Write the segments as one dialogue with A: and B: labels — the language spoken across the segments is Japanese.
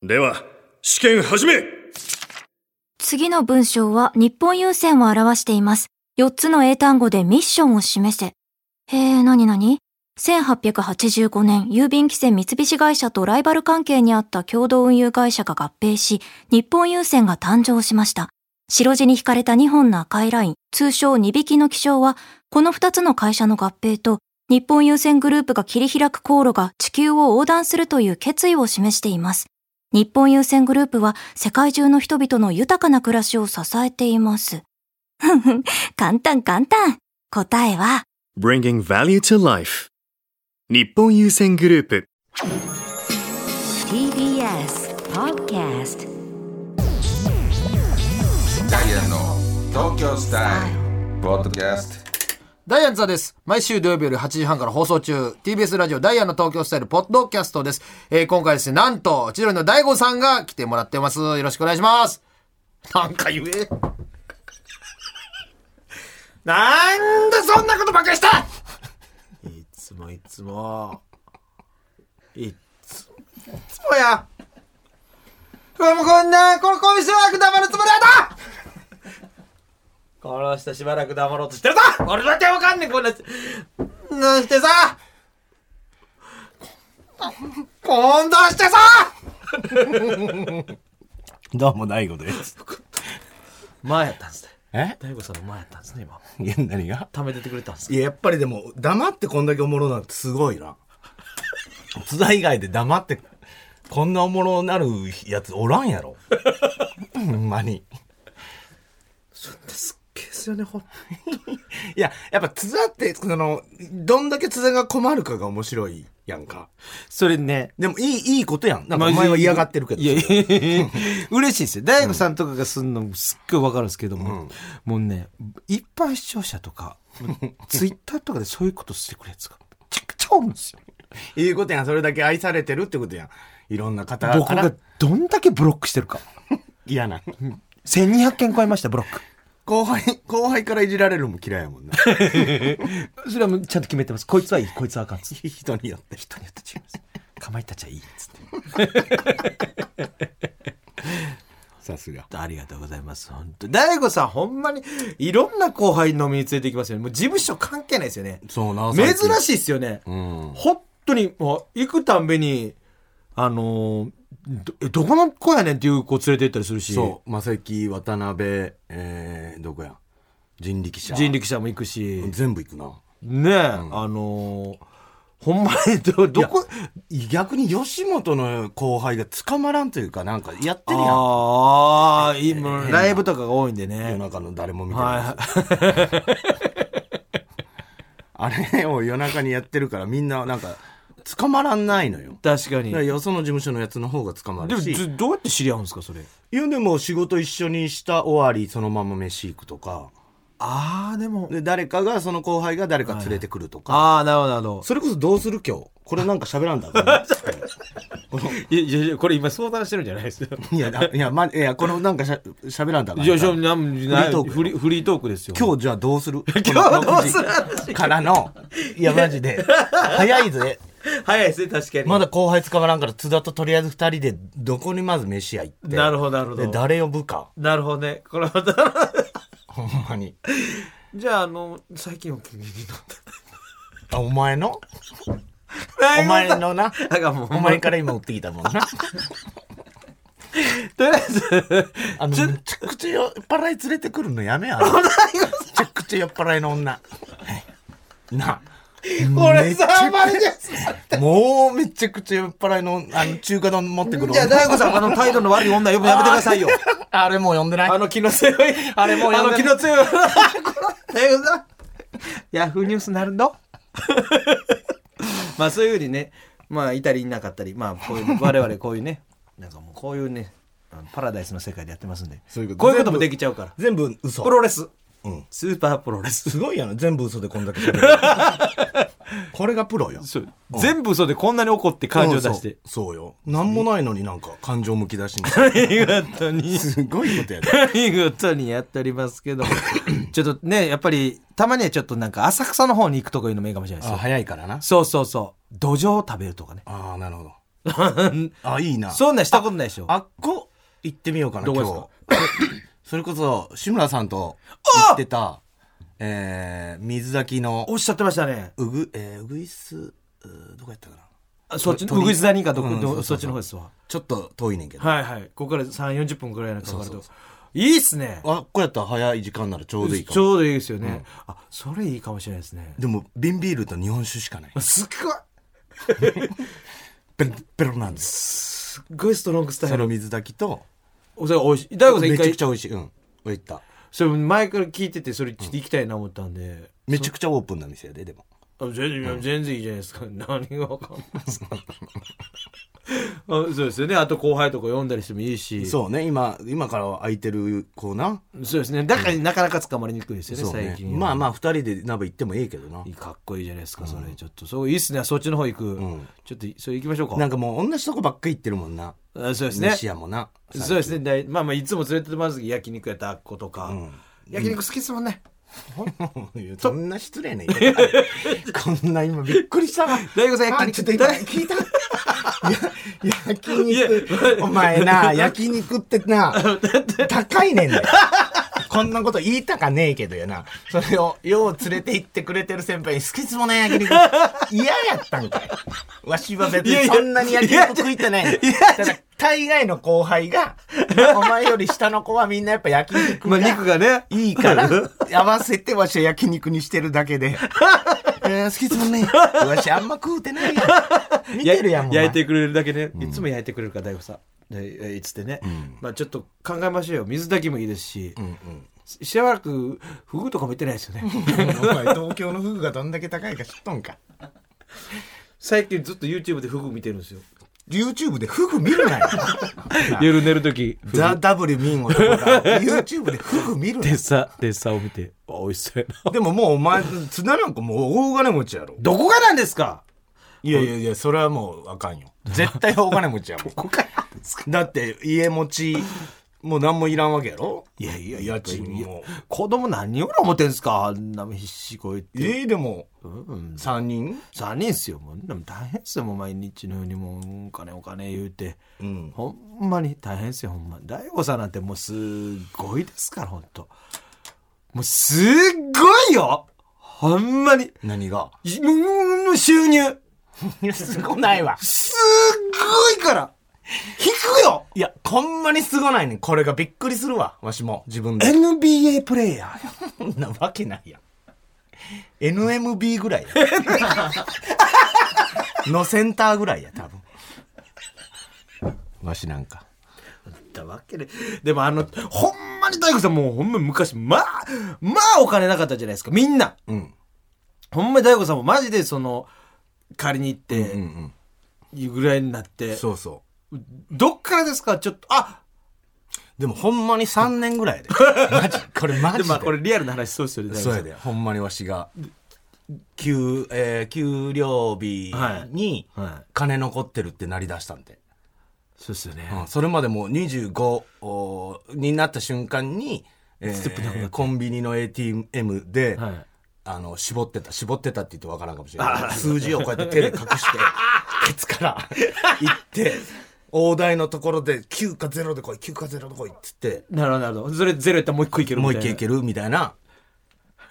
A: では、試験始め
B: 次の文章は日本郵船を表しています。4つの英単語でミッションを示せ。へえ、なになに ?1885 年、郵便規制三菱会社とライバル関係にあった共同運輸会社が合併し、日本郵船が誕生しました。白地に引かれた2本の赤いライン、通称2匹の気象は、この2つの会社の合併と、日本郵船グループが切り開く航路が地球を横断するという決意を示しています。日本郵船グループは世界中の人々の豊かな暮らしを支えています。ふんふん、簡単簡単。答えは、
A: !Bringing Value to Life 日本優先グループ
C: TBS Podcast
D: ダイアンの東京スタイルポッドキャスト
E: ダイアンザです。毎週土曜日夜8時半から放送中、TBS ラジオダイアンの東京スタイルポッドキャストです。えー今回ですね、なんと、千鳥の大悟さんが来てもらってます。よろしくお願いします。なんか言え。 なんでそんなことばっかりした
F: いつもいつも。いっつ
E: そうや。これもこんな、この恋しは黙るつもりだった
F: この人しばらく黙ろうとしてるぞ俺だってわかんねえ、こんなやつ。
E: なんしてさこんなしてさ
G: どうも、大悟です。
F: 前やったんですね。
G: え
F: 大悟さんの前やったんですね、今。
G: いや、何が
F: 溜めててくれたんです
G: いや、やっぱりでも、黙ってこんだけおもろなんてすごいな。津田以外で黙って、こんなおもろなるやつおらんやろ。ほんまに。
F: すっげえですよね、ほん
G: いや、やっぱ津田って、その、どんだけ津田が困るかが面白いやんか。
F: それね。
G: でも、いい、いいことやん。なんかお前は嫌がってるけど。
F: いやいやいや嬉しいですよ。大悟さんとかがすんのすっごいわかるんですけども、もうね、一般視聴者 とか、ツイッターとかでそういうことしてくるやつが、めちゃくちゃおるんですよ。
G: いいことやん。それだけ愛されてるってことやん。いろんな方
F: 僕
G: から
F: がどんだけブロックしてるか。
G: 嫌なん。
F: 1200件超えました、ブロック。
G: 後輩、 後輩からいじられるのも嫌いやもんな。
F: それはもうちゃんと決めてます。こいつはいい、こいつはあかんっつっ て。
G: 人によって。
F: 人によって違います。かまいたちはいいっつって。
G: さすが。
F: ありがとうございます。本当大悟さん、ほんまに、いろんな後輩飲みに連れて行きますよね。もう事務所関係ないですよね。
G: そうな、
F: 珍
G: 最近
F: しいですよね。
G: うん。
F: 本当に、もう、行くたんびに、あのーど、えどこの子やねんっていう子連れて行ったりするし、
G: そう、マセキ、渡辺、えー、どこや人力車。
F: 人力車も行くし、
G: 全部行くな。
F: ねえ、あのーほんまに、ど、どこ、
G: 逆に吉本の後輩が捕まらんというか、なんかやってるやん。
F: ああ、今、ライブとかが多いんで
G: 夜
F: ね。
G: 中の誰も見てないやつ。
F: は
G: あれを夜中にやってるからみんななんか捕まらんないのよ
F: い。。確か
G: だ
F: に
G: から。よその事務所のやつの方が捕ま
F: で
G: る
F: も
G: し。
F: ずどうやって知り合うんですかそれ
G: いやでも仕事一緒にした終わり、そのまま飯行くとか。
F: ああでも
G: で、誰かが、その後輩が誰か連れてくるとか。
F: ああなるほどなるほ
G: それこそどうする今日。これなんか喋らんだろうなっつって。
F: どいやいやこれ今相談してるんじゃ ないですよ
G: いや、ないや、ま、いや、このなんかしゃ、喋らんだから。
F: いやいやなんな
G: フリートーク
F: フリフリートークですよ
G: 今日じゃあどうする
F: 今日どうする
G: この6時からの。いや、マジで。早いぜ。
F: 早いですね確かに
G: まだ後輩捕まらんから、津田ととりあえず二人で、どこにまず飯屋行って。
F: なるほどなるほど
G: で、誰呼ぶか。
F: なるほどねこれまた
G: ほんまに。
F: じゃああの最近お気に入りの
G: あ、お前の
F: お
G: お前のな。
F: だからもう
G: お前から今持ってきたもんな。
F: とりあえず
G: あの、めちゃくちゃ酔っ払い連れてくるのや めや。めちゃくちゃ酔っ払いの女。はいなあ。
F: こ
G: め
F: れさ
G: ちゃくちゃ
F: マジで
G: もうめちゃくちゃ酔っ払いのあの中華丼持ってくる
F: じゃあ大悟さんあの態度の悪い女呼ぶのやめてくださいよ
G: あれもう呼んでない
F: あの気の強い
G: あれもう
F: あ
G: やめ
F: の気の 強い大悟さんヤフーニュースなる のまあそういうふうにねまあいたりいなかったりまあこういう我々こういうねなんかもうこういうねあのパラダイスの世界でやってますんで
G: そういうこと
F: こういうこともできちゃうから
G: 全部嘘
F: プロレス、スーパープロレス
G: すごいやな全部嘘でこん だけ喋るこれがプロよ
F: 全部嘘でこんなに怒って感情出して
G: うんそうそうよなんもないのになんか感情むき出しに
F: 見事に
G: すごいことやで
F: 見事にやっておりますけどちょっとねやっぱりたまにはちょっとなんか浅草の方に行くとかいうのもいいかもしれないですよ
G: 早いからな
F: そうそうそう。土壌を食べるとかね。
G: ああなるほどあ、いいな。
F: そんなんしたことないでしょ
G: あっこ行ってみようかな、
F: どこ
G: 今
F: です
G: 日
F: か。
G: それこそ、志村さんと行ってた、えー、水炊きの
F: お、っしゃってましたね
G: うぐ、えー、うぐいす、うーどこやったかな。
F: あそっちの
G: 鳥
F: うぐいす谷かどこ、
G: うんそう
F: ど
G: そうそう
F: そっちの方ですわ
G: ちょっと遠いねんけど。
F: はいはいここから3 4 0分ぐらいのかかるといいっすね
G: あっこやったら早い時間ならちょうどいいか
F: ち
G: も。
F: ょうどいいですよね、あそれいいかもしれないですね
G: でも、瓶ビールと日本酒しかない。
F: すっ
G: ペロペロなんです。
F: ごいストロングスタ
G: そ
F: イ
G: の
F: ル
G: 水炊きと、
F: おそれおいしい大悟さん
G: め
F: 一
G: ちゃく
F: 回
G: ちゃ美味しい。うん。行った。
F: それ前から聞いててそれちょっと行きたいな思ったんで、
G: めちゃくちゃオープンな店やで、でも。
F: あ全然全然いいじゃないですか、 何がわかんない ですかあそうですよねあと後輩とか読んだりしてもいいし
G: そうね、今、今からは空いてるコーナー。
F: そうですねだからなかなか捕まりにくいですよね
G: そうね
F: 最。近
G: まあまあ、二人で鍋行ってもいいけどな。
F: かっこいいじゃないですか、それちょっとそういいっすねそっちの方行く、
G: ん
F: ちょっとそれ行きましょうか
G: なんかもう同じとこばっかり行ってるもんな。
F: あそうですね
G: 西屋もな。
F: そうですねだいまあまあいつも連れてってますけど焼肉やったらあっことか、焼肉好きですもんね、
G: そんな失礼な言い方あるこんな今びっくりしたわ。
F: 大悟さん焼
G: あ、
F: 肉
G: ちょっと今聞い た。いや焼肉。お前な、焼肉ってな、高いねんだよ。こんなこと言いたかねえけどやな。それを、よう連れて行ってくれてる先輩に、好きつもない焼肉。嫌やったんかい。わしは別
F: いや
G: に
F: いや
G: そんなに焼肉食いてないの。ただ、大概の後輩が、お前より下の子はみんなやっぱ焼肉食う
F: まあ
G: から
F: 肉がね
G: いいから、合わせてわしは焼肉にしてるだけ で。えー、好きですもんね。わしあんま食うてないや ん。見てるやんもん。
F: 焼いてくれるだけね、いつも焼いてくれるから大悟さんでいつってね、まあちょっと考えましょうよ水炊きもいいですし、ししばらくフグとかも言ってないですよね
G: お前東京のフグがどんだけ高いか知っとんか。
F: 最近ずっと YouTube でフグ見てるんですよ
G: YouTube でフグ見 るなよ。
F: 夜寝る時フグ
G: ザ・ W ミンを YouTube でフグ見るな
F: で
G: よ。
F: さでさを見てあ美味しそうやな
G: でももうお前、津田なんかもう大金持ちやろ。
F: どこがなんですか
G: いやいやいや、それはもうあかんよ。絶対大金持ちや もん。だって家持ち、もう何もいらんわけやろいやいや、家賃も。
F: 子供何を思ってんすかあんな必死こいて、
G: えー、でも、
F: うん、
G: 3人
F: 3人っすよもうでも大変っすよもう毎日のようにもうお金お金言うて、
G: うん。
F: ほんまに大変っすよほんま大悟さんなんてもうすごいですからほんともうすっごいよほんまに
G: 何が
F: いもう収入
G: すごないわ。
F: すっごいから引くよ
G: いや、こんなにすごないねん。これがびっくりするわ。わしも、自分で。
F: NBA プレイヤーよ
G: そんなわけないやん。NMB ぐら いや。のセンターぐらいや、多分。わしなんか。
F: だわけででもあのほんまに大悟さんもうほんま昔まあまあお金なかったじゃないですかみんな
G: うん。
F: ほんまに大悟さんもマジでその借りに行っ
G: うん
F: ていうぐらいになって、
G: うん。そうそ
F: どっからですかちょっとあ
G: う。でもほんまに3年ぐらいやで。マジこれマジ
F: で
G: で。
F: もまあこれリアルな話そうですよね大悟
G: そう
F: さ
G: や
F: ん
G: で。ほんまにわしが。給、えー給料日に
F: はいはい、
G: 金残ってるってなりだしたんで。
F: そうですよね、
G: うんそれまでもう25おになった瞬間に、えー
F: ステップなくなって
G: コンビニの ATM で、
F: はい
G: あの絞ってた絞ってたって言ってわからんかもしれない数字をこうやって手で隠 してケツから行って大台のところで9か0で来い9か0で来いっつって
F: なるほどなるほどそれゼロやったらもう一個いける
G: も
F: み
G: う
F: た
G: 一
F: いな
G: 軒いけるみたいな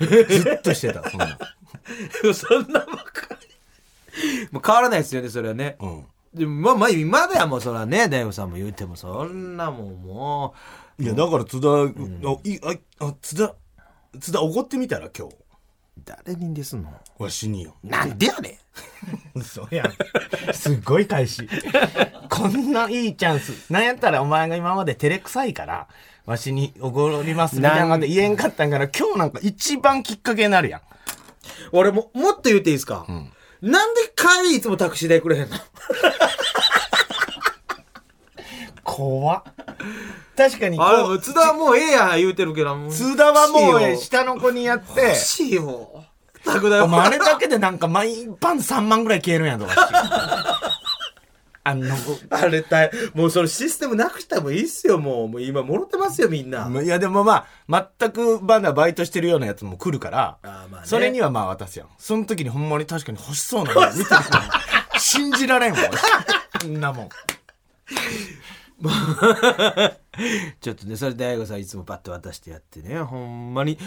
G: ずっとしてたそんな、
F: そんなばっかりもう変わらないですよねそれはね、
G: うん、
F: でもまあまあ今ではもうそれはね大悟さんも言うてもそんなもんも
G: いやだから津田、あいああ津田津田怒ってみたら今日
F: う誰にですの
G: わしによ
F: なんでやねん
G: 嘘やん。すっごい返し。こんないいチャンス。なんやったらお前が今まで照れくさいから、わしにおごりますみたいなこと言えんかったんから、今日なんか一番きっかけになるやん。
F: 俺ももっと言っていいですか、なんで帰りいつもタクシー代くれへんの
G: 怖っ確かにこう
F: あれもう津田はもうええや言うてるけどもう
G: 津田はもう
F: し
G: 下の子にやって、
F: しいよタクだ よ
G: お前あれだけでなんか毎晩3万ぐらい消えるんやぞ、わし あの、
F: あれ大もうそのシステムなくしてもいいっすよ、もう。もう今、もろてますよ、みんな。
G: いやでもまあ、全くまだバイトしてるようなやつも来るから、
F: あーまあね
G: それにはまあ 渡すやん。その時にほんまに確かに欲しそうなの見てるから信じられんわ。俺んなもん。
F: ちょっとね、それ大悟さんいつもパッと渡してやってね、ほんまに、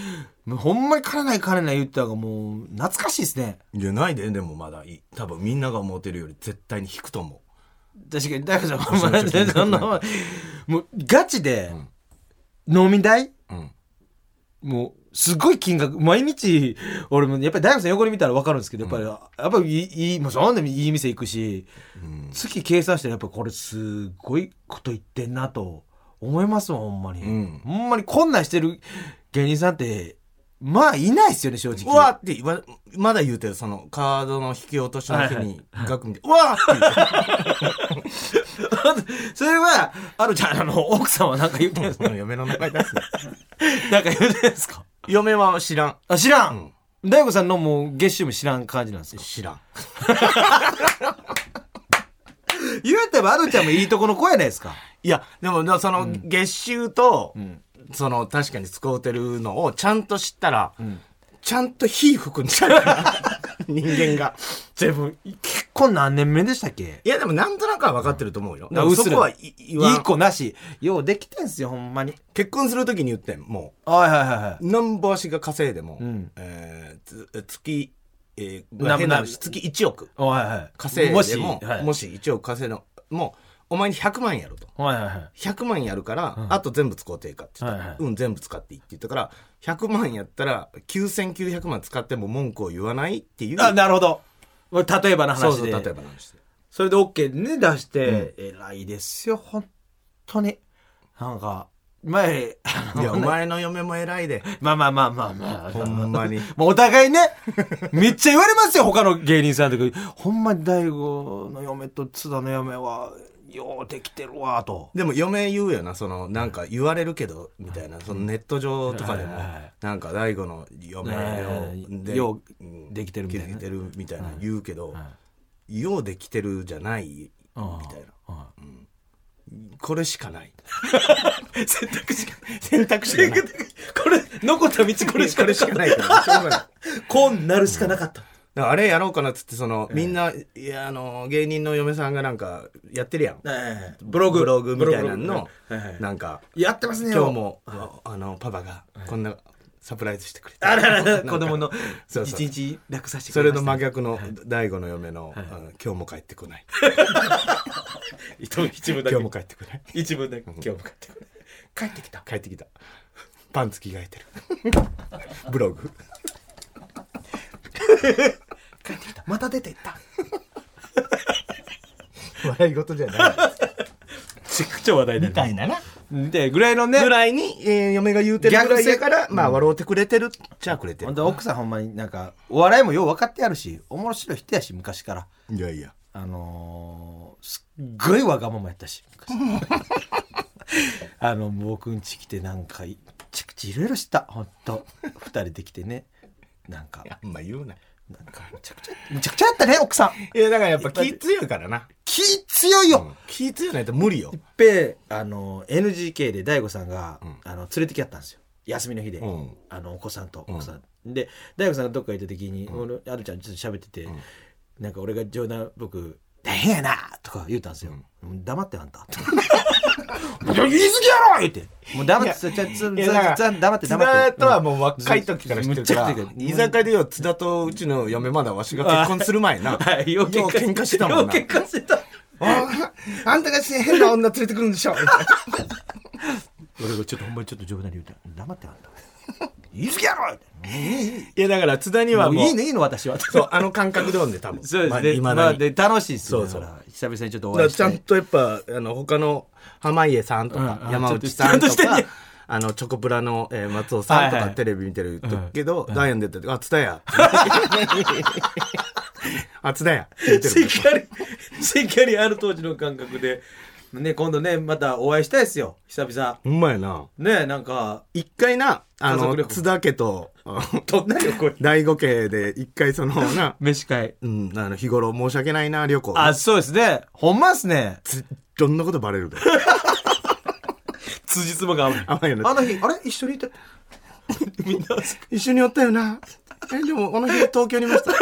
F: もうほんまに金ない金ない言ってたのがもう、懐かしいですね。
G: じゃないで、でもまだいい。多分みんなが思ってるより絶対に引くと思
F: 確かに大悟さんほんまに、そんなもんもうガチで、飲み代、
G: ん
F: もう、すごい金額、毎日、俺も、やっぱり大悟さん横に見たら分かるんですけど、やっぱり、やっぱりいい、いい、もうそんでもいい店行くし、月計算してやっぱこれすごいこと言ってんなと思いますもん、ほんまに。
G: ん
F: ほんまにこんなんしてる芸人さんって、まあいないですよね、正
G: う。
F: 直。
G: うわーって言わ、まだ言うてる、そのカードの引き落としの日に額見て、うわーって
F: それは、あるちゃん、あの、奥さんはなんか言ってる
G: 言う
F: んです
G: てうん嫁の名前出すな。
F: なんか言ってるんですか
G: 嫁は知らん。
F: あ、知らん、大悟さんのもう月収も知らん感じなんですか
G: 知らん。
F: 言うてもあるちゃんもいいとこの子やないですか。
G: いや、でもな、その、月収と、その、確かに使うてるのをちゃんと知ったら、ちゃんと火吹くんちゃうかな 人間が。
F: 全部、結婚何年目でしたっけ
G: いや、でもなんとなくは分かってると思うよ。
F: ん
G: でもそこはい
F: い
G: 言わん
F: 子なし。ようできてんすよ、ほんまに。
G: 結婚するときに言ってん、も
F: はいはいはい
G: う、
F: は
G: なんぼ足が稼いでも、
F: ん
G: えーつ月、え
F: な
G: ー、変な話月1億
F: い。はいはい。
G: 稼いでも、もし,、
F: はい、
G: 1億稼いでも、もう、お前に100万やろと。
F: はいはいはい。
G: 100万やるから、あと全部使うてえかって言った、
F: はいはい
G: うん全部使っていいって言ったから100万やったら9900万使っても文句を言わないっていう
F: あ、なるほど。例えばの話
G: そう
F: で。
G: そう例えばの話で
F: それで OK ね、出して、偉いですよ、本当に。なんか、前、あの
G: いやお前の嫁も偉いで
F: まあまあまあまあまあ。
G: ほんまに
F: もうお互いね、めっちゃ言われますよ、他の芸人さんとか。ほんまに大悟の嫁と津田の嫁は、ようできてるわ、と。
G: でも嫁言うよなそのなんか言われるけどみたいなそのネット上とかでも
F: はいはいはい
G: なんか大悟の嫁
F: はい
G: で
F: ようんできてるみたいな
G: できてるみたいな言うけどようできてるじゃないみたいなうんこれしかない
F: 選択肢が。
G: 選択肢が ない
F: これ、残った道これしか
G: これしかないからしょうがない
F: こうなるしかなかった。
G: だからあれやろうかなっつってその、みんないやあの芸人の嫁さんがなんかやってるやん、
F: ええ
G: ブログブログみたいな
F: ブロ
G: の、
F: グはいはい
G: なんか
F: やってますね、
G: 今日。も、あのパパがこんなサプライズしてくれて、
F: あららら、子供の
G: そうそう
F: 一日楽させて
G: それの
F: ま
G: 真
F: した
G: 逆の大悟の嫁の、あの今日も帰ってこ ない
F: 一部だけ
G: 今日。も帰ってこない
F: 一部だけ。今日も帰ってくる。
G: 帰ってきた帰ってきたパンツ着替え てるブログ
F: また出ていった。
G: 笑い事じゃない
F: ちっくちゃ話題だ
G: みたいなな
F: で、ぐらいのね。
G: ぐらいに、えー嫁が言うてるぐらいやから、まあ笑うてくれてるっちゃくれて
F: ほん
G: る
F: で奥さんほんまになんか、お笑いもよう分かってやるし、面白い人やし、昔から。
G: いやいや
F: あのー、すっごいわがままやったし、 昔あの、僕ん家来てなんか、ちくちいろいろした、ほんと。二人で来てね。なんか、
G: あんま言うな
F: なんか、むちゃくちゃ、むちゃくちゃやったね、奥さん。
G: いやだからやっぱ気強いからな
F: 気強いよ、
G: 気強いないと無理よ
F: いっぺんあの NGK で大悟さんが、あの連れてきやったんですよ休みの日で、
G: うん
F: あのお子さんと奥さん、で大悟さんがどっか行った時に、俺あるちゃんちょっと喋ってて、なんか俺が冗談僕「大変やな!」とか言うたんですよ「黙って あんた」いや言い過ぎやろ!」言って「もう黙ってちゃちゃ
G: い
F: ちゃ
G: やだから
F: ちゃ黙って
G: 津
F: 黙って
G: 田」とはもう若い時から知ってるから
F: むっちゃくちゃ
G: 居酒屋でよ津田とうちの嫁まだわしが結婚する前 な
F: はい、よう
G: よう
F: 喧
G: 喧
F: 嘩
G: 嘩
F: し
G: してた
F: た
G: もん
F: よう
G: な
F: 喧嘩してた
G: あああんたが変な女連れてくるんでしょ
F: 俺がちょっとほんまにちょっと冗談で言うて「黙ってあんた」 言い過ぎやろ!」って
G: いやだから津田には
F: もう
G: もう
F: いいねいいの私は」
G: そうあの感覚でおんで多分
F: そうです
G: まあ
F: ね。
G: 未
F: ま
G: だ
F: あ、
G: に
F: で楽しいですね。
G: そうそう
F: だから久々にちょっとお
G: だから
F: 会いし
G: ち
F: て。
G: ゃんとやっぱあの他の濱家さんと
F: うんう
G: か
F: ん
G: 山内さん
F: ちゃんと
G: と
F: してん
G: か
F: ね
G: あのチョコプラの、えー松尾さんと
F: はい
G: か
F: はい
G: テレビ見てるけどダイアン出てて「あ津田や」 あ津田や」って言って
F: し
G: る
F: っ かり、しっかりある当時の感覚で。ね、今度ね、またお会いしたいですよ。久々。
G: ほんまやな
F: ね、なんか、
G: 一回なあ
F: 家族旅
G: の
F: 行
G: 津田家と
F: と、何よ、これ。
G: 大五家で一回そ のな、
F: 飯会。
G: うん、あの日頃申し訳ないな旅行
F: あ、そうですね。ほんまっすね。
G: つどんなことバレるで
F: 辻褄が合わない
G: 合わんよね
F: あの日、あれ一緒にいた。みんな、
G: 一緒におったよなえでもあの日東京にいました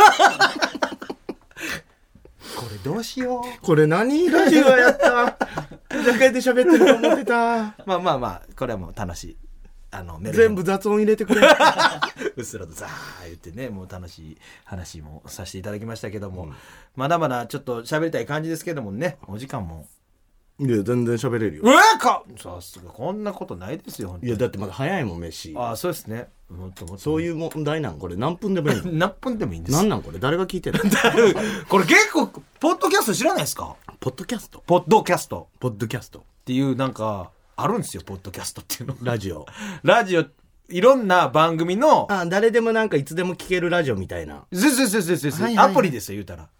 G: これ
F: どうしよ
G: これ何ラジオやった居酒屋で喋ってると思ってた。
F: うまあまあまあこれはもう楽しいあのメール
G: 全部雑音入れてくれ。
F: うっすらとザー言ってねもう楽しい話もさせていただきましたけども、まだまだちょっと喋りたい感じですけどもねお時間も
G: いや、全然喋れるよ。
F: うわかさすがこんなことないですよ本
G: い
F: 当に
G: や、だってまだ早いもん、飯。
F: ああそうですねもっともっと
G: そういう問題なんこれ何分でも いいの
F: 何分でもいいんです
G: 何なんこれ誰が聞いてんの
F: これ結構ポッドキャスト知らないですか
G: ポッドキャスト
F: ポッドキャスト
G: ポッドキャスト
F: っていうなんかあるんですよポッドキャストっていうの
G: ラジオ。
F: ラジオいろんな番組の
G: あ、誰でもなんかいつでも聞けるラジオみたいな。
F: そうそうそうそうそう
G: はいはい
F: アプリですよ言うたら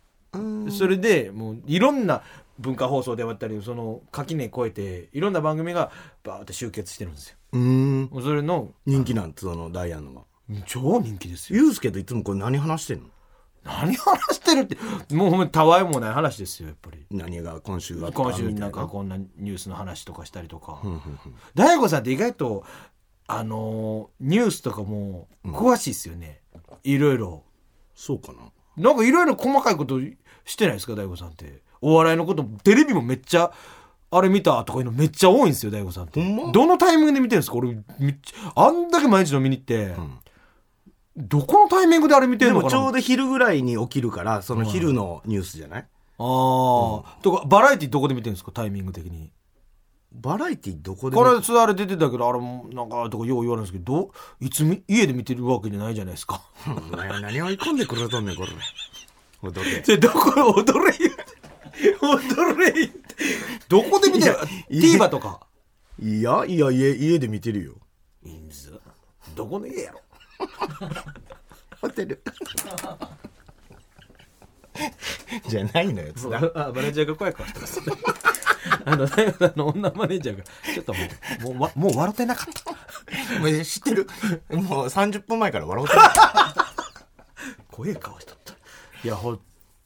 F: それでもういろんな文化放送であったりその垣根超えていろんな番組がバーって集結してるんですよ
G: うーん。
F: もうそれの
G: 人気なんつうの、ダイアンのが。
F: 超人気ですよ
G: ユうスケといつもこれ何話してんの
F: 何話してるってもうほんまにたわいもない話ですよやっぱり
G: 何が今週があった
F: 今週
G: みた
F: ないんかこんなニュースの話とかしたりとか大悟さんって意外とあのーニュースとかも詳しいですよね、いろいろ
G: そうかな。
F: なんかいろいろ細かいことしてないですか大悟さんってお笑いのことテレビもめっちゃあれ見たとかいうのめっちゃ多いんですよ大悟さんって、
G: ほんま
F: どのタイミングで見てるんですか俺めっちゃあんだけ毎日飲みに行って、どこのタイミングであれ見て
G: で
F: るのか
G: も
F: な
G: ちょうど昼ぐらいに起きるから、その昼のニュースじゃない
F: ああ、とかバラエティどこで見てるんですかタイミング的に
G: バラエティどこで
F: こ
G: も
F: れツアーで出てたけどあれもなんかとかよう言われるんですけどどういつみ家で見てるわけじゃないじゃないですか
G: お前何を追い込んでくれとんねん、これ。おどけ。
F: でどこ踊れ言うて踊れ言うてどこで見てる
G: いや
F: TVer とか
G: いや、いや、家、家で見てるよ。
F: いいんですよどこの家やろ
G: ホテル。 じゃないのよ、津田。
F: あマネージャーが怖い顔してます。 あの、大悟さんの女マネージャーが、ちょっともう、もうわ、もう笑ってなかった。
G: お前知ってるもう30分前から笑うてる。
F: 怖い顔しとった。いや、本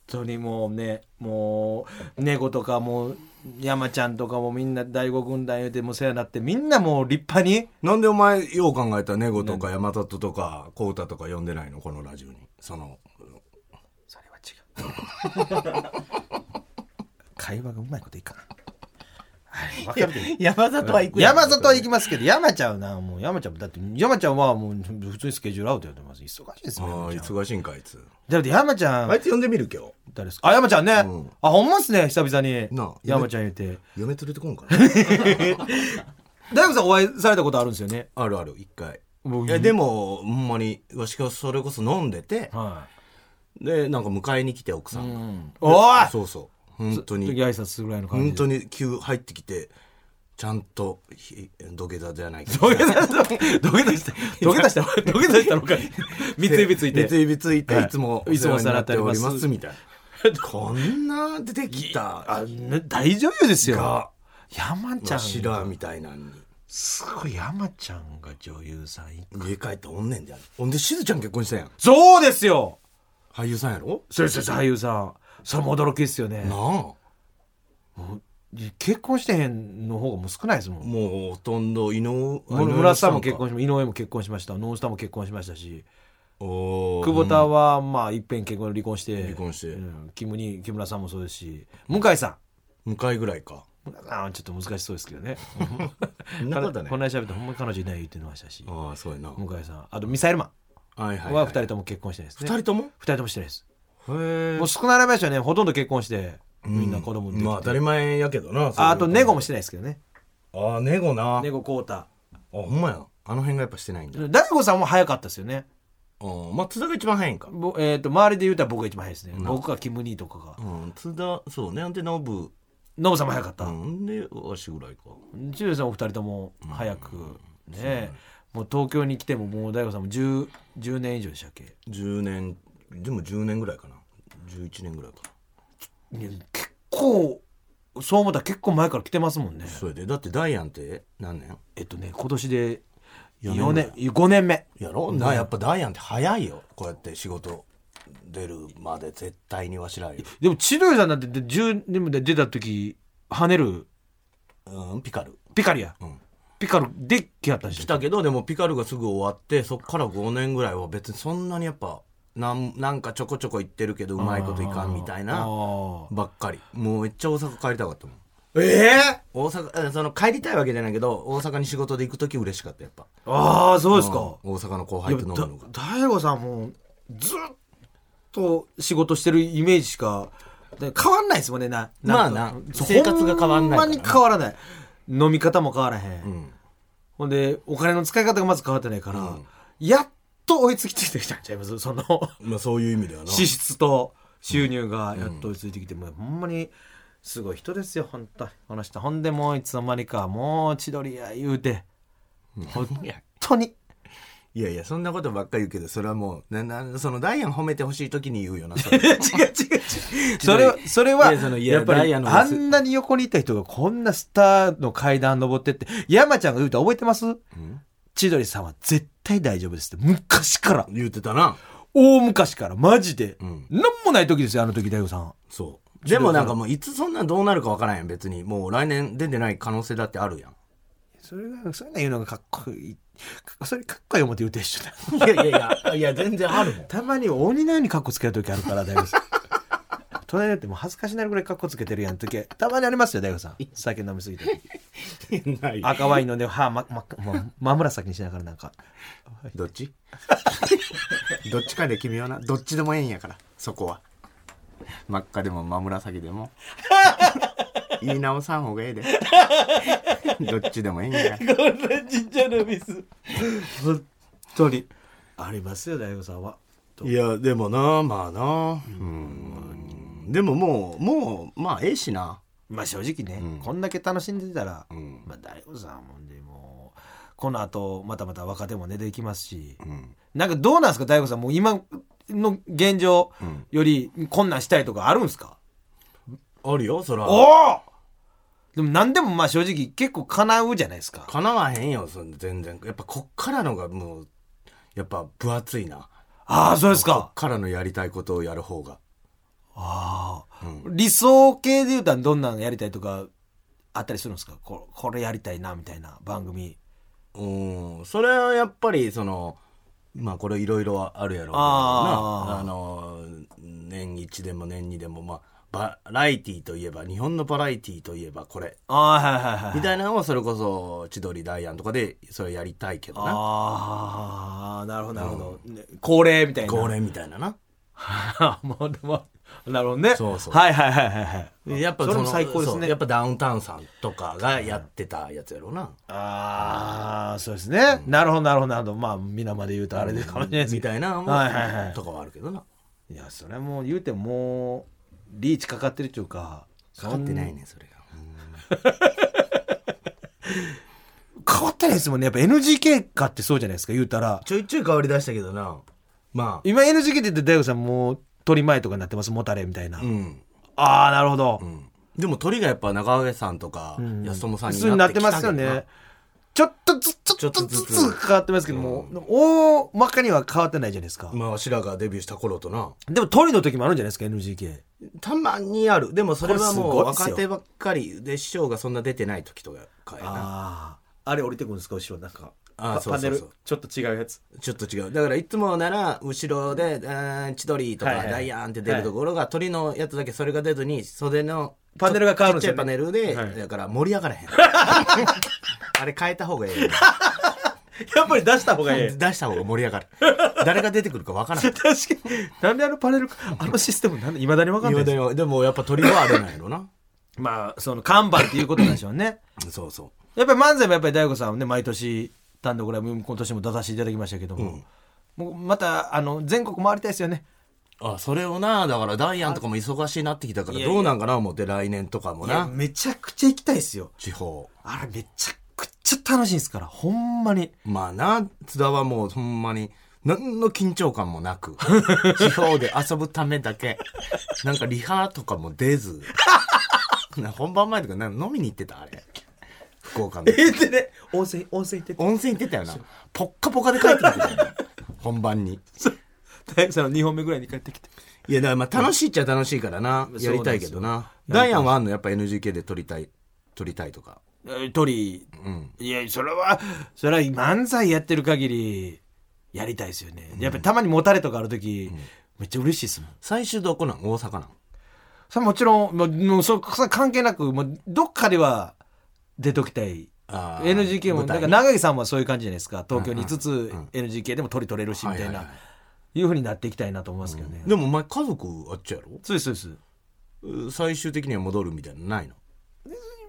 F: 当にもうね、もう、猫とかもう、山ちゃんとかもみんな大悟軍団言うて、もう世話になって、みんなもう立派に、
G: なんでお前、よう考えたネゴとか山里とか、コウタとか呼んでないのこのラジオに。その、
F: それは違う。会話がうまいこといかん。はい、わかるで
G: 山里は行やん
F: 山里は行きますけど、山ちゃんはな、もう山ちゃんも、だって山ちゃんはもう普通にスケジュールアウトやってます。忙しいです
G: あ
F: ね。
G: あ、
F: 山ちゃん
G: 忙しいんか、あいつ。
F: だって山ちゃん
G: あ、いつ呼んでみる、今日。
F: 誰ですかあ、山ちゃんね。
G: ん
F: あ、ほんまっすね、久々に
G: なあ。
F: 山ちゃん言って。
G: 嫁連れてこんかな。
F: 大悟さんお会いされたことあるんですよね。
G: あるある、一回。
F: もう
G: いや、でも、ほんまに、わしがそれこそ飲んでて、
F: は
G: で、なんか迎えに来て、奥さ
F: い。うん
G: が。
F: ん。おい
G: そうそう。本当に。
F: 時挨拶するぐらいの感じ
G: 本
F: で。
G: 当に急入ってきてちゃんとひ土下座じゃないけど
F: 土下座した、土下座した、土下座した、土下座したのか。三つ指ついて。
G: 三指ついて、
F: はい
G: い、つも
F: いつもお世話になっており
G: お世話にな
F: ま
G: っ
F: す
G: てみたい なこんな出てきた
F: あ、ね大女優ですよ
G: が。
F: 山ちゃ
G: わし
F: ん
G: ら
F: が。
G: みたいなのに
F: すごい山ちゃんが女優さんい。
G: 家帰ったらおんねんでほんでしずちゃん結婚したやん
F: そうですよ
G: 俳優さんやろ
F: そうそうそう、俳優さん。それも驚きですよね。
G: なあ
F: 結婚してへんの方がもう少ないですもん。
G: もうほとんど井上
F: 村田さんも結婚しました井上も結婚しましたノンスターも結婚しましたし
G: お
F: 久保田はまあいっぺん結婚離婚して
G: 離婚して
F: うんキムに木村さんもそうですし向井さ
G: 向かいぐらいか
F: ん向井さんはちょっと難しそうですけどね
G: そんなことはない
F: この間喋ってほんまに彼女いない言ってましたし
G: ああそうやなはい
F: 向井さんあとミサイルマ
G: はい
F: ン
G: は
F: はい2人とも結婚してないですね
G: 二人とも
F: 2人ともしてないです
G: へ
F: もう少ないましたよねほとんど結婚してみんな子供できて
G: まあ当たり前やけどな
F: ああとネゴ
G: も
F: もしてないですけどね
G: ああネゴな
F: ネゴコータ
G: あ、ほんまや。あの辺がやっぱしてないんだ。
F: 大悟さんも早かったですよね
G: うん。まあ、津田が一番早いんか。
F: ぼえー、と周りで言うたら僕が一番早いですね僕がキム兄とかが
G: うん。津田、そうね。で、ノブ。
F: ノブさんも早かった、
G: うんで、わしぐらいか。
F: 千代さんお二人とも早くね、もう東京に来てももう大悟さんも 10, 10年以上でしたっけ
G: 10年、でも10年ぐらいかな。11年ぐらいか
F: 結構そう思ったら結構前から来てますもんね
G: な。それで、だってダイアンって何年
F: えっとね今年で4
G: 四
F: 年
G: 年
F: 5年目
G: やろな、やっぱダイアンって早いよ。こうやって仕事出るまで絶対にわしらよ。
F: でも千鳥さんだって10年目で出た時跳ねる
G: うん、ピカル。
F: ピカルや、
G: ん
F: ピカルで来はったんで
G: 来
F: したょ
G: けど、でもピカルがすぐ終わって、そっから5年ぐらいは別にそんなにやっぱなんなんかちょこちょこ行ってるけどうまいこといかんみたいなばっかりもうめっちゃ大阪帰りたかったもん
F: ええ
G: 大阪えその帰りたいわけじゃないけど大阪に仕事で行く時嬉しかったやっぱ
F: ああそうですか、
G: うん大阪の後
F: い
G: 輩
F: や
G: と飲む
F: だ
G: のが
F: 大悟さんもずっと仕事してるイメージしかで変わんないですもんねななんか
G: まあな
F: そう
G: 生活が変わんないから
F: ほんまに変わらない飲み方も変わらへん、
G: ん
F: ほんでお金の使い方がまず変わってないから、やっと追いつきついてきたんちゃいますその
G: まあそういう意味ではな
F: 支出と収入がやっと追いついてきて、もうほんまにすごい人ですよ本当この人ほんでもういつの間にかもう千鳥や言うて本当に
G: いやいやそんなことばっかり言うけどそれはもうななそのダイアン褒めてほしい時に言うよなそれ
F: 違う違う違う。それは、それはい
G: やその、いや
F: やっぱ
G: ダ
F: り、
G: イヤの
F: あんなに横にいた人がこんなスターの階段登ってって、山ちゃんが言うと覚えてます千鳥さんは絶対大丈夫ですって。昔から。
G: 言うてたな
F: 大昔から。マジで。
G: ん
F: なんもない時ですよ、あの時、大悟さん。
G: そうでもなんかもういつそんなんどうなるかわからんやん別にもう来年出てない可能性だってあるやん
F: それが、そういうの言うのがかっこいい。かそれかっこいい思って言うて一緒だ。
G: いやいやいや、いや、全然あるもん。
F: たまに鬼のようにかっこつける時あるから、大悟さん。 隣だってもう恥ずかしなるぐらいかっこつけてるやん時、たまにありますよ、大悟さん。酒飲みすぎて。
G: ない
F: 赤ワイン飲んで歯ま まま真紫にしながらなんか
G: どっち どっちかで君はな、どっちでもええんやから、そこは。真っ赤でも真紫で も。言い直さん方がええで。どっちでもええんやから。
F: こんなちっちゃなミス本当にありますよ大悟さんはい
G: や、でもな、まあな。うん。でももう、もう、まあええしな。
F: まあ正直ね、こんだけ楽しんでたら、まあ、大悟さんはもんでもうこの後またまた若手も出てきますし、なんかどうなんですか大悟さんもう今の現状よりこんなんしたいとかあるんですか、
G: あるよ、そら。
F: おおでも何でもまあ正直結構叶うじゃないですか
G: 叶わへんよ、そん全然。やっぱこっからのがもう、やっぱ分厚いな。
F: ああそうです
G: こ
F: か
G: っからのやりたいことをやる方が。
F: 理想系で言うたらどんなのやりたいとかあったりするんですかここれやりたいなみたいな番組
G: うん、それはやっぱりそのまあこれいろいろあるやろうけどな
F: あー
G: あの年1でも年2でもまあバラエティーといえば日本のバラエティーといえばこれ
F: ああはいはいはい
G: みたいなのをそれこそ千鳥ダイアンとかでそれやりたいけどな
F: ああなるほどなるほど、ね恒例みたいな
G: 恒例みたいなな
F: あー もうでもなるほどね
G: そうそう
F: はいはいはいはいはい
G: やっぱ
F: それも
G: の
F: 最高です
G: そ
F: ね
G: うやっぱダウンタウンさんとかがやってたやつやろうな
F: ああそうですね、なるほどなるほどなるほどまあ皆まで言うとあれでかもしれないですけ
G: み
F: ど、
G: たいなのも
F: はいはいはい
G: とかはあるけどない
F: やそれはもう言うてももうリーチかかってるっていうか
G: かかってないねそれが
F: 変わってないですもんねやっぱ NGK かってそうじゃないですか言うたら
G: ちょいちょい変わり出したけどなまあ
F: 今 NGK って言って大悟さんもう取り前とかになってますもたれみたいな、
G: うん
F: ああなるほど、
G: でも鳥がやっぱ中上さんとか安友さん
F: 普
G: に
F: 通に
G: な
F: な
G: っ
F: ってて
G: きた
F: ま
G: け
F: す
G: ど
F: よ
G: な
F: ねちょっとずつちょっとずつ変わってますけども、大まかには変わってないじゃないですか、
G: まあわしらがデビューした頃とな
F: でも鳥の時もあるんじゃないですか NGK
G: たまにあるでもそれはもう
F: これすご
G: 若
F: いっすよ
G: 手ばっかりで師匠がそんな出てない時とかやな
F: あああれ降りてくるんですか後ろなんか
G: あー
F: パ
G: そうそうそう
F: パネルちょっと違うやつ
G: ちょっと違うだからいつもなら後ろで「うーん千鳥」とか
F: はい
G: 「
F: はい
G: ダイアン」って出るところが鳥のやつだけそれが出ずに袖の
F: パネルが変わるん
G: ち
F: で
G: っちゃい
F: すよ
G: パ
F: ね
G: ネルで
F: はい
G: だから盛り上がら へんあれ変えた方がいい
F: やっぱり出した方がいい
G: 出した方が盛り上がる誰が出てくるかわからない
F: 確かになんであのパネルあのシステムなんでいまだに分かんな
G: 今
F: いんで
G: ですもでもやっぱ鳥はあれなんやろ な
F: まあその看板っていうことなんでしょうね
G: そうそう
F: やっぱり漫才もやっぱり大悟さんはね毎年単独ライブ今年も出させていただきましたけども、もうまたあの全国回りたいですよね
G: あそれをなだからダイアンとかも忙しいなってきたから
F: いやいや
G: どうなんかな思って来年とかも
F: いや
G: な
F: めちゃくちゃ行きたいですよ
G: 地方
F: あれめちゃくちゃ楽しいんですからほんまに
G: まあな津田はもうほんまに何の緊張感もな く地方で遊ぶためだけなんかリハとかも出 ずな本番前とかな飲みに行ってたあれ福岡の
F: えってね温泉温泉行って
G: 温泉行ってたよなポッカポカで帰ってきてたよな本番に
F: 大悟さんの2本目ぐらいに帰ってきて
G: いやだからまあ楽しいっちゃ楽しいからなやりたいけどなダイアンはあんのやっぱ NGK で撮りたい撮りたいとか
F: えー鳥、いやそれはそれは漫才やってる限りやりたいですよね。やっぱりたまにもたれとかある時、めっちゃ嬉しいですもん。
G: 最終どこなん大阪なん
F: それもちろん、もう、もうそそれ関係なく、もう、どっかでは出ときたい。
G: あー
F: NGK も、
G: 舞台
F: だ
G: に
F: から長木さんはそういう感じじゃないですか。東京に5つ NGK でも取り取れるし、みたい
G: はいはい
F: な
G: は、
F: いうふうになっていきたいなと思いますけどね。
G: でもお前家族あっちやろ
F: そうです、そうです。
G: う最終的には戻るみたいなのないの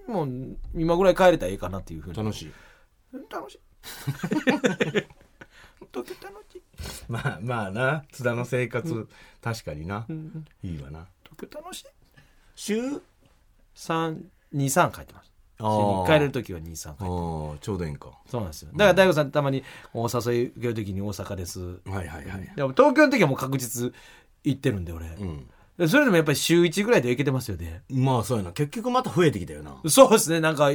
F: もう、今ぐらい帰れたらいいかなっていうふうに。
G: 楽しい
F: 楽しい。東京楽しい。
G: まあまあな津田の生活、確かにな、いいわな
F: 東京楽しい。
G: 週
F: 3、2、3書いてます。
G: あー
F: 帰れる時は2、3書いて
G: あ
F: ま
G: あ
F: す。
G: ちょうどいいんか
F: そうなんですよ。だから大悟さんたまにお誘い受ける時に大阪です。
G: はいはいはい
F: でも東京の時はもう確実行ってるんで俺、
G: ん
F: でそれでもやっぱり週1ぐらいで行けてますよね
G: まあそうやな結局また増えてきたよな
F: そうですねなんか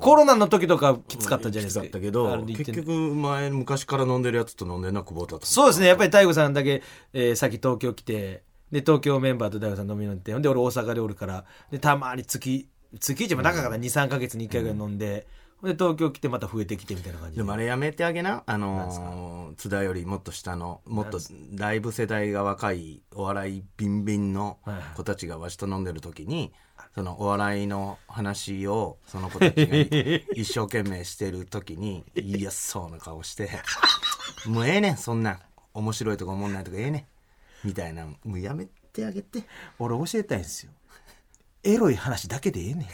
F: コロナの時とかきつかったじゃないですか
G: きつかったけ
F: あ
G: ど
F: れで行って
G: 結局前昔から飲んでるやつと飲んでんな久保田と
F: そうですねやっぱり大悟さんだけ、えー、先東京来てで東京メンバーと大悟さん飲みに行ってほんで俺大阪でおるからでたまに月月一も長かった23か月に1回ぐらい飲んで、ほんで東京来てまた増えてきてみたいな感
G: で
F: じで
G: もあれやめてあげなあのー津田よりもっと下のもっとだいぶ世代が若いお笑いビンビンの子たちがわしと飲んでる時にそのお笑いの話をその子たちが一生懸命してる時 に嫌そうな顔して「もうええねんそんなん面白いとか思んないとかええねん」みたいなもうやめてあげて
F: 俺教えたいんですよエロい話だけでええねん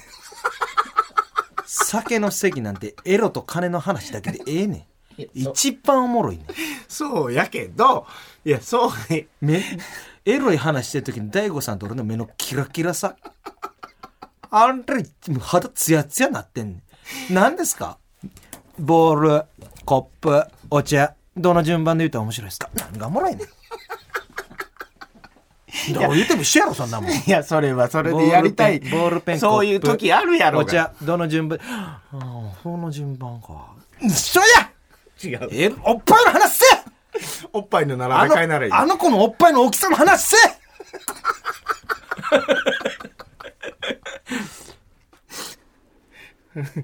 F: 酒の席なんてエロと金の話だけでええねん一番おもろいね
G: そうやけどいやそうん
F: めエロい話してる時に大悟さんと俺の目のキラキラさあれもう肌ツヤツヤなってんねん何ですかボールコップお茶どの順番で言うと面白いですか何がおもろいねんどう言うても一緒やろそんなもん
G: いやそれはそれでやりたい
F: ボールペンボールペン
G: そういう
F: コップ
G: 時あるやろ
F: お
G: うが
F: 茶どの順番 ああその順番か
G: 一緒や違う
F: えおっぱいの話せ
G: おっぱいの
F: あ
G: 並べ替えならいい
F: のあの子のおっぱいの大きさの話せ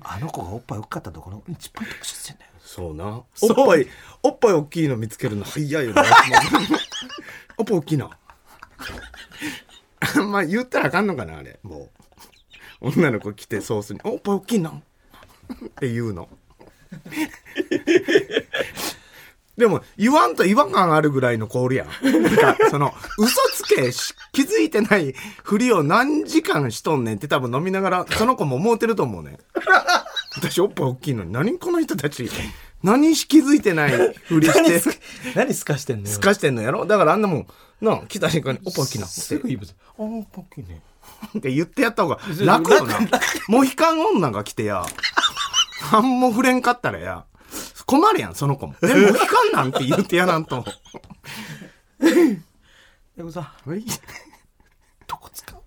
F: あの子がおっぱい大きかったところ一番特殊してんだよ
G: そうなおっぱいおっぱい大きいの見つけるの早いよな おっぱい大きいな あんま言ったらあかんのかなあれもう女の子来てソースに「おっぱい大きいな」って言うの でも言わんと違和感あるぐらいの氷やんなんかその嘘つけし気づいてないふりを何時間しとんねんって多分飲みながらその子も思うてると思うねん私おっぱい大きいのに何この人たち 何し気づいてないふりして
F: 何すかしてんのよ
G: すかしてんのやろだからあんなもんなあ来た瞬間に「おっぱい大きいな」
F: すぐ言いますあおっぱい大きいね
G: って言ってやった方が楽よなモヒカン女が来てや何も触れんかったらや困るやんその子も「えモヒカンなん?」て言ってやらん と
F: でもさ
G: い
F: どこ使う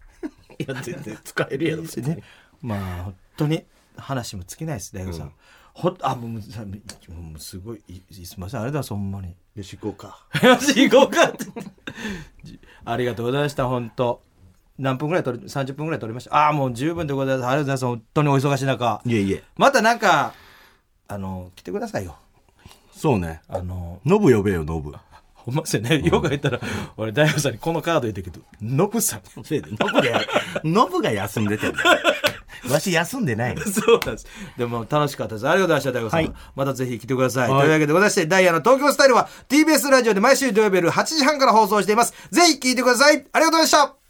G: や全然使えるやろ別に
F: ね、まあ本当に話も尽きないです大悟さん、ほんあもうさもうもうすごいいいすみませんあれだそんまに
G: よし行こうか
F: よし行こうかってじありがとうございました本当何分ぐらい取り30分ぐらい取りましたああーもう十分でございますありがとうございます本当にお忙しい中
G: いえいえ
F: またなんかあの来てくださいよ
G: そうね
F: あの
G: ノブ呼べよノブ
F: ほんまっすよね、よく言ったら俺大悟さんにこのカード言ってけどノブさん
G: せいでノブがノブが休んでてんだわし休んでないの
F: そうなんです。でも楽しかったです。ありがとうございました、大悟さん。
G: はい
F: またぜひ来てください。
G: はい
F: というわけでございまして、ダイヤの東京スタイルは TBS ラジオで毎週土曜日夜8時半から放送しています。ぜひ聞いてください。ありがとうございました。